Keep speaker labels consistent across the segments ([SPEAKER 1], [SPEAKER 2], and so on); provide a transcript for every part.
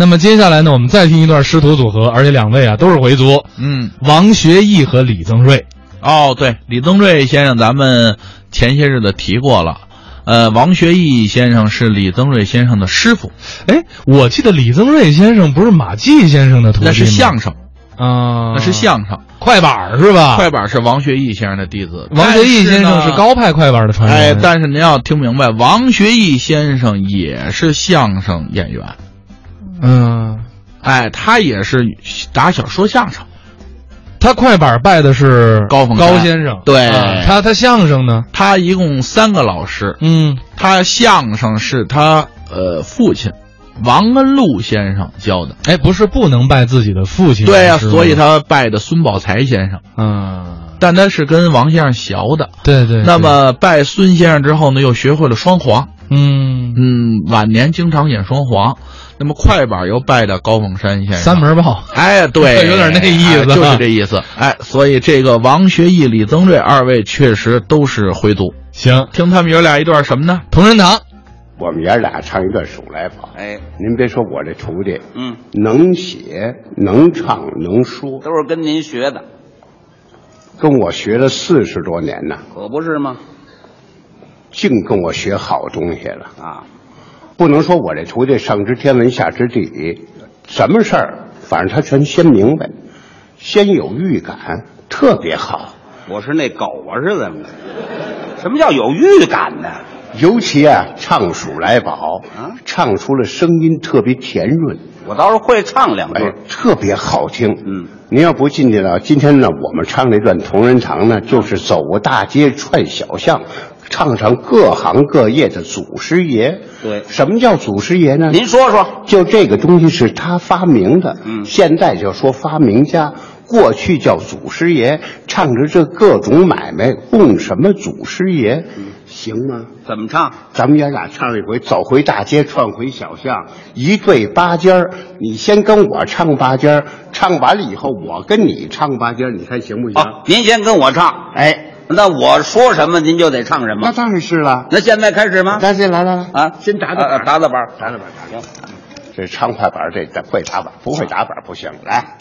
[SPEAKER 1] 那么接下来呢，我们再听一段师徒组合，而且两位啊都是回族，
[SPEAKER 2] 嗯，
[SPEAKER 1] 王学义和李增瑞。
[SPEAKER 2] 哦，对，李增瑞先生，咱们前些日子提过了。呃，王学义先生是李增瑞先生的师傅，
[SPEAKER 1] 哎，我记得李增瑞先生不是马季先生的徒弟吗？
[SPEAKER 2] 那是相声，
[SPEAKER 1] 啊，
[SPEAKER 2] 那是相声。
[SPEAKER 1] 快板儿是吧？
[SPEAKER 2] 快板是王学义先生的弟子，
[SPEAKER 1] 王学义先生
[SPEAKER 2] 但
[SPEAKER 1] 是
[SPEAKER 2] 呢
[SPEAKER 1] 高派快板的传人。
[SPEAKER 2] 哎，但是您要听明白，王学义先生也是相声演员，
[SPEAKER 1] 嗯，
[SPEAKER 2] 哎，他也是打小说相声，
[SPEAKER 1] 他快板拜的是
[SPEAKER 2] 高凤山
[SPEAKER 1] 高先生，
[SPEAKER 2] 对
[SPEAKER 1] 啊他他相声呢？
[SPEAKER 2] 他一共三个老师，
[SPEAKER 1] 嗯，
[SPEAKER 2] 他相声是他呃父亲王恩禄先生教的，
[SPEAKER 1] 哎，不是不能拜自己的父亲，啊
[SPEAKER 2] 对呀、
[SPEAKER 1] 是吗
[SPEAKER 2] 所以他拜的孙宝才先生，
[SPEAKER 1] 嗯，
[SPEAKER 2] 但他是跟王先生学的。
[SPEAKER 1] 对对。
[SPEAKER 2] 那么拜孙先生之后呢，又学会了双簧，
[SPEAKER 1] 对，嗯，
[SPEAKER 2] 嗯，晚年经常演双簧。那么快板又拜的高凤山先生，
[SPEAKER 1] 三门报，
[SPEAKER 2] 哎，对，
[SPEAKER 1] 有点那意思啊
[SPEAKER 2] 哎就是这意思。哎，所以这个王学义、李增瑞二位确实都是回族。
[SPEAKER 1] 行，
[SPEAKER 2] 听他们爷俩一段什么呢？
[SPEAKER 1] 同仁堂，
[SPEAKER 3] 我们爷俩唱一段《数来宝》。
[SPEAKER 4] 哎，
[SPEAKER 3] 您别说我这徒弟，
[SPEAKER 4] 嗯，
[SPEAKER 3] 能写、能唱、能说，
[SPEAKER 4] 都是跟您学的，
[SPEAKER 3] 跟我学了四十多年呢，
[SPEAKER 4] 可不是吗？
[SPEAKER 3] 净跟我学好东西了。
[SPEAKER 4] 啊，
[SPEAKER 3] 不能说我这徒弟上知天文下知地理，什么事儿反正他全先明白，先有预感，特别好。
[SPEAKER 4] 我是那狗啊，是怎么着？什么叫有预感呢？
[SPEAKER 3] 尤其啊，唱《数来宝》
[SPEAKER 4] 啊
[SPEAKER 3] 唱出了声音特别甜润，
[SPEAKER 4] 我倒是会唱两句。
[SPEAKER 3] 哎，特别好听。
[SPEAKER 4] 嗯，
[SPEAKER 3] 您要不进去了，今天呢，我们唱这段同仁堂
[SPEAKER 4] 嗯
[SPEAKER 3] 呢，就是走过大街串小巷，唱唱各行各业的祖师爷。
[SPEAKER 4] 对
[SPEAKER 3] 什么叫祖师爷呢？
[SPEAKER 4] 您说说，
[SPEAKER 3] 就这个东西是他发明的，
[SPEAKER 4] 嗯
[SPEAKER 3] 现在就说发明家，过去叫祖师爷，唱着这各种买卖供什么祖师爷，
[SPEAKER 4] 嗯
[SPEAKER 3] 行吗？
[SPEAKER 4] 怎么唱？
[SPEAKER 3] 咱们爷俩唱一回，走回大街，串回小巷，一对八尖儿。你先跟我唱八尖儿，唱完了以后我跟你唱八尖儿，你看行不行？
[SPEAKER 4] 哦，您先跟我唱，
[SPEAKER 3] 哎，
[SPEAKER 4] 那我说什么您就得唱什
[SPEAKER 3] 那
[SPEAKER 4] 么。
[SPEAKER 3] 当然是了。
[SPEAKER 4] 那现在开始吗？
[SPEAKER 3] 那这来来来
[SPEAKER 4] 啊，
[SPEAKER 3] 先打打板
[SPEAKER 4] 啊啊打打板儿，
[SPEAKER 3] 打打板，打打板。这唱快板儿这得会打板，不会打板儿不行。来，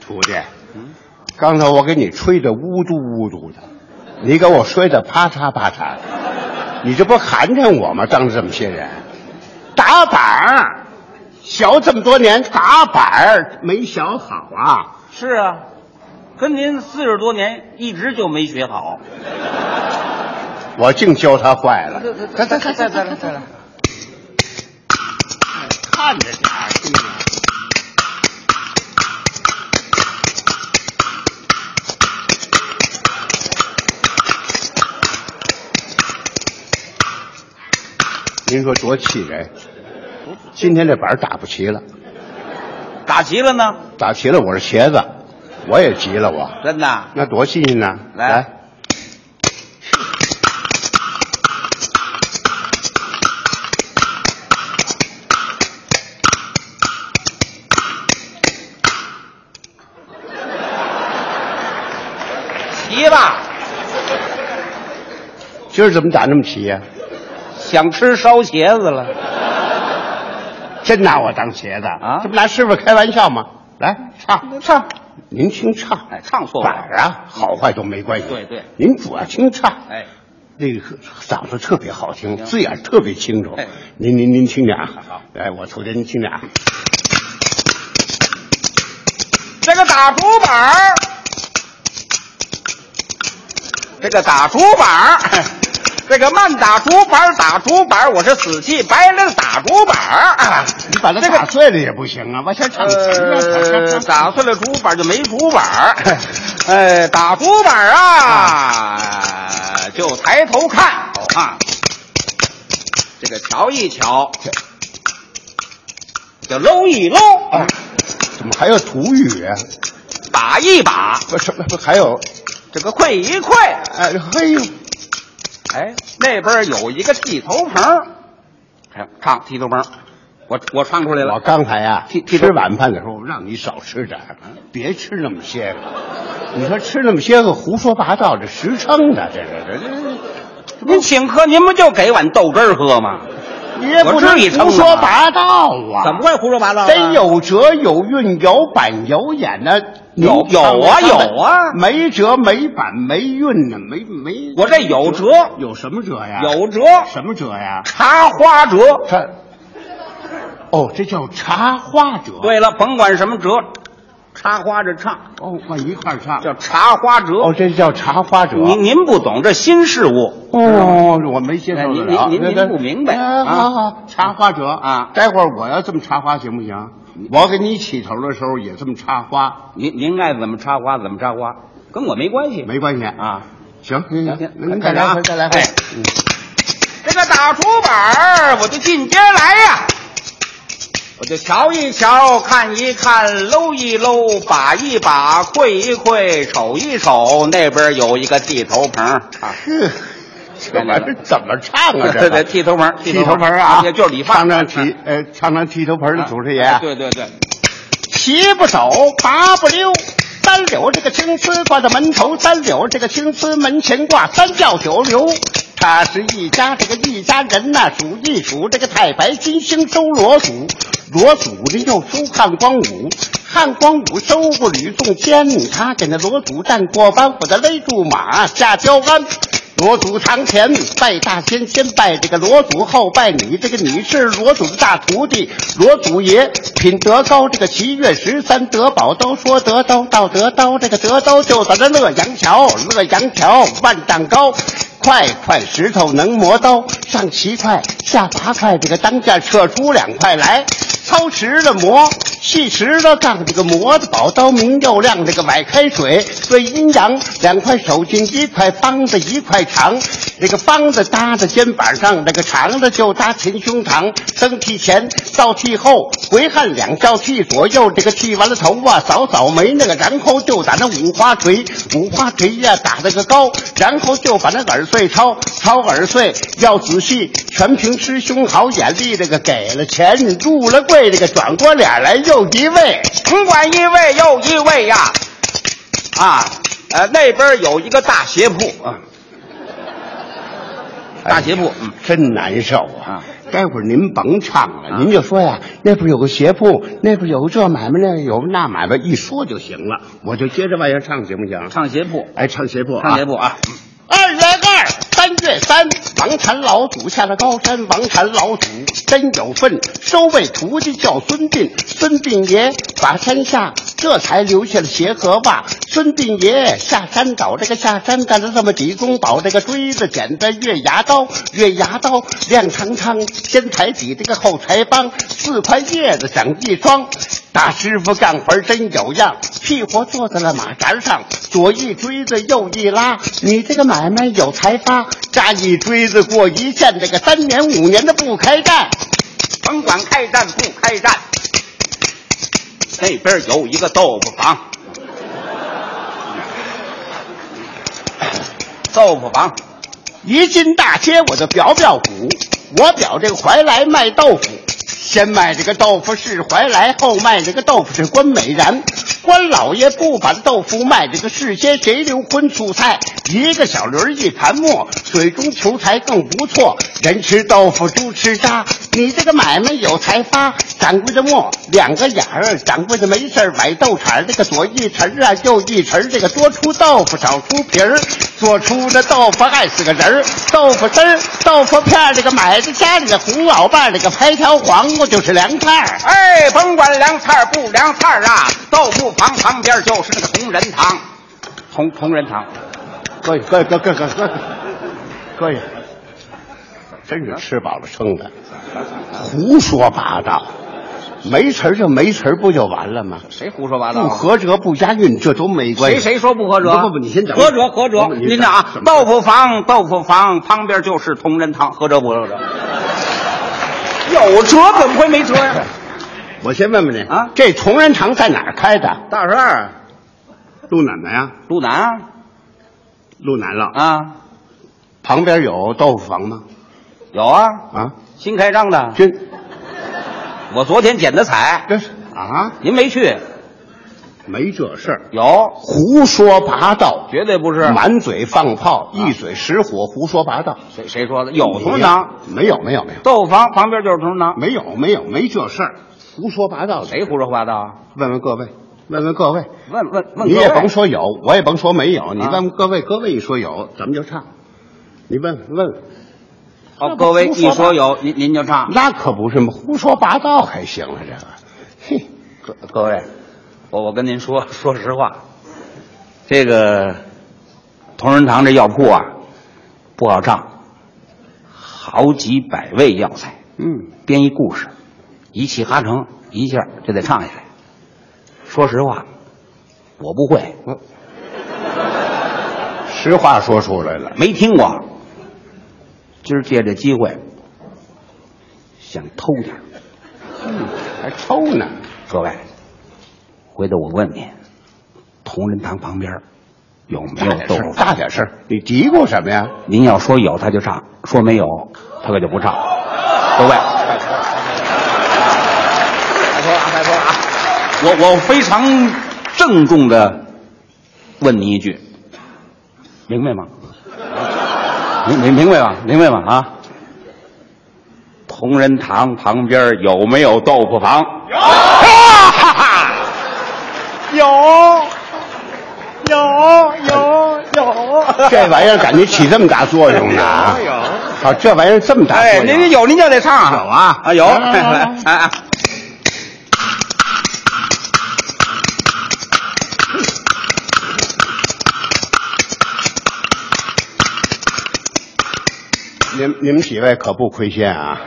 [SPEAKER 3] 徒弟，嗯刚才我给你吹的呜嘟呜嘟的，你给我摔的啪嚓啪嚓的，你这不寒碜我吗？当着这么些人，打板儿，学这么多年打板儿没学好啊！
[SPEAKER 4] 是啊，跟您四十多年一直就没学好。
[SPEAKER 3] 我净教他坏了。
[SPEAKER 4] 再再再再来再来，
[SPEAKER 3] 看着点儿，兄弟。您说多气人！今天这板儿打不齐了，
[SPEAKER 4] 打齐了呢？
[SPEAKER 3] 打齐了我是茄子，我也急了我，
[SPEAKER 4] 真的？
[SPEAKER 3] 那多新鲜呢！
[SPEAKER 4] 来齐了，
[SPEAKER 3] 今儿怎么打那么齐呀、
[SPEAKER 4] 想吃烧茄子了。
[SPEAKER 3] 真拿我当茄子
[SPEAKER 4] 啊
[SPEAKER 3] 这不拿师傅开玩笑吗？来唱唱，您听唱，
[SPEAKER 4] 哎，唱错
[SPEAKER 3] 板儿
[SPEAKER 4] 了。
[SPEAKER 3] 啊，好坏都没关系。
[SPEAKER 4] 对对
[SPEAKER 3] 您主要听唱，
[SPEAKER 4] 哎，
[SPEAKER 3] 那个嗓子特别好听，
[SPEAKER 4] 行
[SPEAKER 3] 字眼儿特别清楚
[SPEAKER 4] 哎。
[SPEAKER 3] 您您您听着啊，好，哎，我瞅见您听着啊，
[SPEAKER 4] 这个打竹板儿，这个打竹板儿， 这个慢打竹板儿，打竹板儿，我是死气白赖的打竹板 儿。
[SPEAKER 3] 你把它
[SPEAKER 4] 这个
[SPEAKER 3] 打碎了也不行啊，往下唱
[SPEAKER 4] 呃，
[SPEAKER 3] 什么
[SPEAKER 4] 打碎了竹板就没竹板儿，呃，打竹板啊，就抬头看啊，这个瞧一瞧，就搂一搂，
[SPEAKER 3] 啊？怎么还有土语啊？
[SPEAKER 4] 把一把，
[SPEAKER 3] 不是，不还有？
[SPEAKER 4] 这个快一快。啊
[SPEAKER 3] 哎，嘿呦，
[SPEAKER 4] 哎，那边有一个剃头棚，哎，唱剃头棚，我我唱出来
[SPEAKER 3] 我
[SPEAKER 4] 了。
[SPEAKER 3] 刚才啊，
[SPEAKER 4] 剃剃头
[SPEAKER 3] 吃晚饭的时候，我让你少吃点儿，别吃那么些个。你说吃那么些个胡说八道，这实诚的，这是这这这
[SPEAKER 4] 您请客，您不就给碗豆汁儿喝吗？
[SPEAKER 3] 你也不能胡说八道啊！
[SPEAKER 4] 怎么会胡说八道啊？
[SPEAKER 3] 得有辙有韵有板有眼呢。
[SPEAKER 4] 有
[SPEAKER 3] 您唱
[SPEAKER 4] 有啊
[SPEAKER 3] 他们
[SPEAKER 4] 有啊
[SPEAKER 3] 没辙没板没韵呢，没没。
[SPEAKER 4] 我这有辙
[SPEAKER 3] 有什么辙呀？
[SPEAKER 4] 有辙，
[SPEAKER 3] 什么辙呀？
[SPEAKER 4] 茶花折。
[SPEAKER 3] 这，哦，这叫茶花折。，
[SPEAKER 4] 对了，甭管什么折，插花着唱
[SPEAKER 3] 哦，往一块儿唱。
[SPEAKER 4] 叫茶花折。
[SPEAKER 3] 哦，这叫茶花折。
[SPEAKER 4] 您您不懂这新事物，
[SPEAKER 3] 哦，我没接受得了。
[SPEAKER 4] 哎您您您
[SPEAKER 3] 那那
[SPEAKER 4] 不明白
[SPEAKER 3] 哎
[SPEAKER 4] 啊
[SPEAKER 3] 好好，茶花折
[SPEAKER 4] 啊
[SPEAKER 3] 待会儿我要这么插花行不行？我给你起头的时候也这么插花，
[SPEAKER 4] 您您爱怎么插花怎么插花，跟我没关系
[SPEAKER 3] 没关系。
[SPEAKER 4] 啊。
[SPEAKER 3] 行，您
[SPEAKER 4] 行行
[SPEAKER 3] 您再
[SPEAKER 4] 快点啊
[SPEAKER 3] 来回，再来回
[SPEAKER 4] 哎。这个打竹板儿，我就进街来呀、我就瞧一瞧，看一看，搂一搂，把一把，窥一窥，瞅一瞅。那边有一个剃头棚儿，啊，
[SPEAKER 3] 嗯呵 这玩意儿怎么唱啊？这
[SPEAKER 4] 对对，
[SPEAKER 3] 个
[SPEAKER 4] 剃头棚儿，
[SPEAKER 3] 剃头盆儿啊，
[SPEAKER 4] 也就是理发。
[SPEAKER 3] 唱唱剃呃，唱唱剃头盆儿的主持
[SPEAKER 4] 啊
[SPEAKER 3] 人。
[SPEAKER 4] 对对对，
[SPEAKER 3] 齐不走，拔不溜。三绺这个青丝挂在门头，三绺这个青丝门前挂，三教九流。他是一家，这个一家人呐、数一数这个太白金星收罗祖，罗祖呢又收汉光武，汉光武收过吕洞天，他给那罗祖战过弯，我的勒住马下交鞍。罗祖堂前拜大仙，先拜这个罗祖，后拜你。这个你是罗祖的大徒弟，罗祖爷品德高。这个七月十三得宝，都说得刀到得刀，这个得刀就在这乐阳桥，乐阳桥万丈高。块块石头能磨刀，上七块下八块，这个当价撤出两块来。超时的磨，细时的杠，这个磨的宝刀明又亮，这个崴开水对阴阳，两块手巾一块方子一块长，这个方子搭在肩膀上，这个长的就搭前胸膛。蹬剃前，倒剃后，回汗两照剃左右，这个剃完了头啊，扫扫眉那个，然后就打那五花锤，五花锤呀、打那个高，然后就把那耳穗抄，抄耳穗要仔细，全凭师兄好眼力，这个给了钱你入了柜，这个转过脸来又一位。
[SPEAKER 4] 甭管一位又一位呀，啊，呃，那边有一个大鞋铺啊，大鞋铺，嗯，
[SPEAKER 3] 哎真难受啊
[SPEAKER 4] 啊！
[SPEAKER 3] 待会儿您甭唱了，您就说呀，那边有个鞋铺，那边有个这买卖，那边有个那买卖，一说就行了。我就接着往下唱，行不行？
[SPEAKER 4] 唱鞋铺，
[SPEAKER 3] 哎，唱鞋铺啊，
[SPEAKER 4] 啊唱鞋铺啊，
[SPEAKER 3] 二月二，三月三，王禅老祖下了高山，王禅老祖真有份，收为徒弟叫孙膑，孙膑爷把山下，这才留下了鞋和袜。孙膑爷下山找这个下山干了这么几宗宝，这个锥子、剪子、月牙刀，月牙刀亮堂堂，先裁几这个后裁帮，四块叶子长一双。大师傅干活真有样，屁活坐在了马扎上，左一锥子右一拉，你这个买卖有才发，扎一锥子过一线，这个三年五年的不开干。
[SPEAKER 4] 甭管开战不开战，那边有一个豆腐房，豆腐房，
[SPEAKER 3] 一进大街我就表表鼓，我表这个怀来卖豆腐，先卖这个豆腐是怀来，后卖这个豆腐是关美然。关老爷不把豆腐卖，这个世间谁留荤素菜？一个小驴儿一盘磨，水中求财更不错。人吃豆腐，猪吃渣，你这个买卖有才发。掌柜的磨两个眼儿，掌柜的没事儿崴豆铲儿，这个左一层啊，右一层，这个多出豆腐少出皮儿，做出这豆腐爱死个人儿，豆腐丝儿、豆腐片儿，这个买在家里的红老伴儿，这个拍条黄瓜就是凉菜儿。
[SPEAKER 4] 哎，甭管凉菜儿不凉菜儿啊，豆腐房旁边就是那个同仁堂，同同仁堂，
[SPEAKER 3] 各位，各位，各位，各位，各位，各位，真是吃饱了撑的，胡说八道，没词儿就没词儿，不就完了吗？
[SPEAKER 4] 谁胡说八道、
[SPEAKER 3] 不
[SPEAKER 4] 啊
[SPEAKER 3] 合辙不押韵，这都没关系。
[SPEAKER 4] 谁谁说不合辙？
[SPEAKER 3] 不不不，你先等。
[SPEAKER 4] 合辙合辙
[SPEAKER 3] 不。不你
[SPEAKER 4] 您这啊，豆腐房豆腐房旁边就是同仁堂，合辙 不合辙？有辙怎么会没辙呀？
[SPEAKER 3] 我先问问你
[SPEAKER 4] 啊
[SPEAKER 3] 这同仁堂在哪儿开的？
[SPEAKER 4] 大事儿，
[SPEAKER 3] 路南的呀，
[SPEAKER 4] 路南
[SPEAKER 3] 路南了。
[SPEAKER 4] 啊，
[SPEAKER 3] 旁边有豆腐房吗？
[SPEAKER 4] 有啊，
[SPEAKER 3] 啊，
[SPEAKER 4] 新开张的，
[SPEAKER 3] 这
[SPEAKER 4] 我昨天捡的彩，
[SPEAKER 5] 这是啊，
[SPEAKER 4] 您没去？
[SPEAKER 5] 没这事儿，
[SPEAKER 4] 有，
[SPEAKER 5] 胡说八道，
[SPEAKER 4] 绝对不是。
[SPEAKER 5] 满嘴放炮，一嘴实火，胡说八道。
[SPEAKER 4] 谁谁说的？有同
[SPEAKER 5] 同
[SPEAKER 4] 仁堂，
[SPEAKER 5] 没有没有没有
[SPEAKER 4] 豆腐房旁边就是同仁堂。
[SPEAKER 5] 没有没有没这事儿，胡说八道的。
[SPEAKER 4] 谁胡说八道啊？
[SPEAKER 5] 问问各位，问问各位，
[SPEAKER 4] 问问问
[SPEAKER 5] 你
[SPEAKER 4] 各
[SPEAKER 5] 也
[SPEAKER 4] 位
[SPEAKER 5] 甭说有，我也甭说没有，你问问各位，各位一说有，咱们就唱。你问问问，
[SPEAKER 4] 哦，各位一说有，您您就唱。
[SPEAKER 5] 那可不是嘛，胡说八道还行了这个。嘿，
[SPEAKER 4] 各各位，我我跟您说， 说实话，这个同仁堂这药铺啊，不好账，好几百味药材，
[SPEAKER 5] 嗯，
[SPEAKER 4] 编一故事，一气哈成，一下就得唱下来。说实话，我不会，
[SPEAKER 5] 实话说出来了，
[SPEAKER 4] 没听过。今儿借这机会，想偷点儿
[SPEAKER 5] 还抽呢。
[SPEAKER 4] 各位，回头我问你，同仁堂旁边有没有
[SPEAKER 3] 哎
[SPEAKER 5] 大点
[SPEAKER 4] 豆
[SPEAKER 5] 声
[SPEAKER 4] 腐，房？
[SPEAKER 5] 大点声，你嘀咕什么呀？
[SPEAKER 4] 您要说有，他就唱；说没有，他可就不唱。各位，再说了，再说了啊！我我非常郑重的问你一句，明白吗？明明明白吗？明白吗？啊！同仁堂旁边有没有豆腐房？有，哈哈，
[SPEAKER 5] 这玩意儿感觉起这么大作用呢？啊，有啊，这玩意儿这么大
[SPEAKER 4] 哎，
[SPEAKER 5] 作
[SPEAKER 4] 您
[SPEAKER 5] 用，
[SPEAKER 4] 有您就得唱，
[SPEAKER 5] 有啊
[SPEAKER 4] 啊有，
[SPEAKER 5] 来来来
[SPEAKER 4] 来哎哎
[SPEAKER 5] 你们你们几位可不亏心啊！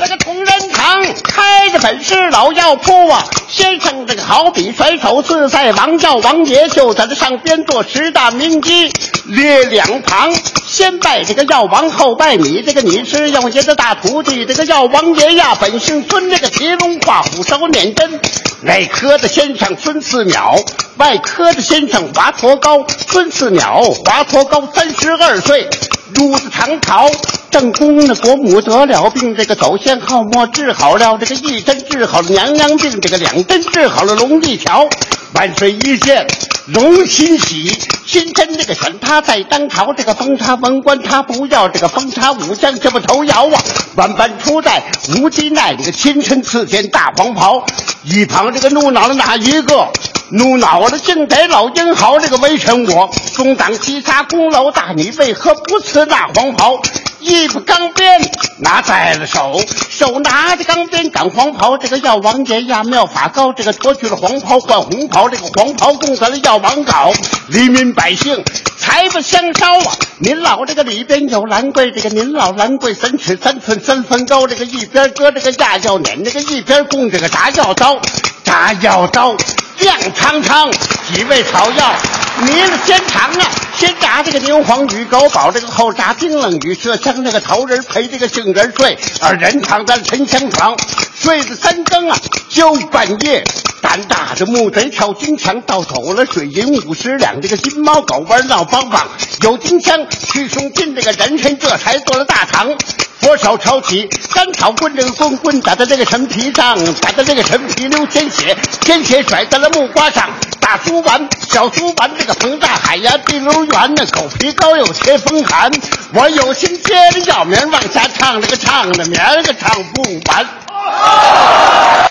[SPEAKER 3] 那个同仁堂开的本是老药铺啊，先生这个好比甩手自在王耀王爷就在这上边做十大名医，列两旁，先拜这个药王，后拜你这个你是药爷的大徒弟，这个药王爷呀本姓孙，这个提龙画虎手捻针，内科的先生孙四淼，外科的先生华佗高，孙四淼华佗高三十二岁。褥子长袍，正宫的国母得了病，这个走线号末治好了，这个一针治好了娘娘病，这个两针治好了龙力条，万岁一见荣欣喜，新针这个选他在当朝，这个封他文官他不要，这个封他武将这不头摇啊，万般出在无极奈，这个亲身赐件大黄袍，一旁这个怒恼了哪一个？怒恼了，竟得老英豪这个微臣我，中党击杀功劳大，你为何不辞那黄袍？衣服钢鞭拿在了手，手拿着钢鞭赶黄袍。这个药王爷呀，妙法高，这个脱去了黄袍换红袍，这个黄袍供咱了药王稿，黎民百姓财不相烧啊！您老这个里边有兰桂，这个您老兰桂三尺三寸三分高，这个一边搁这个压药碾，这个一边供这个炸药刀，炸药刀。酱汤汤，啊几味草药，捏了先尝啊，先炸这个牛黄与狗宝，这个后炸冰冷与麝香，这个头人陪这个杏仁睡，二人躺在沉香床，睡了三更啊，就半夜。胆大的木贼跳金墙，盗走了水银五十两。这个金猫狗玩闹梆梆，有金枪去送进这个人参，这才做了大堂。佛手抄起干草棍，这个棍棍打在这个陈皮上，打在这个陈皮溜鲜血，鲜血甩在了木瓜上。大苏丸，小苏丸，这个彭大海呀，地溜圆那狗皮膏有些风寒。我有心接着药名往下唱，这个唱的名儿个唱不完。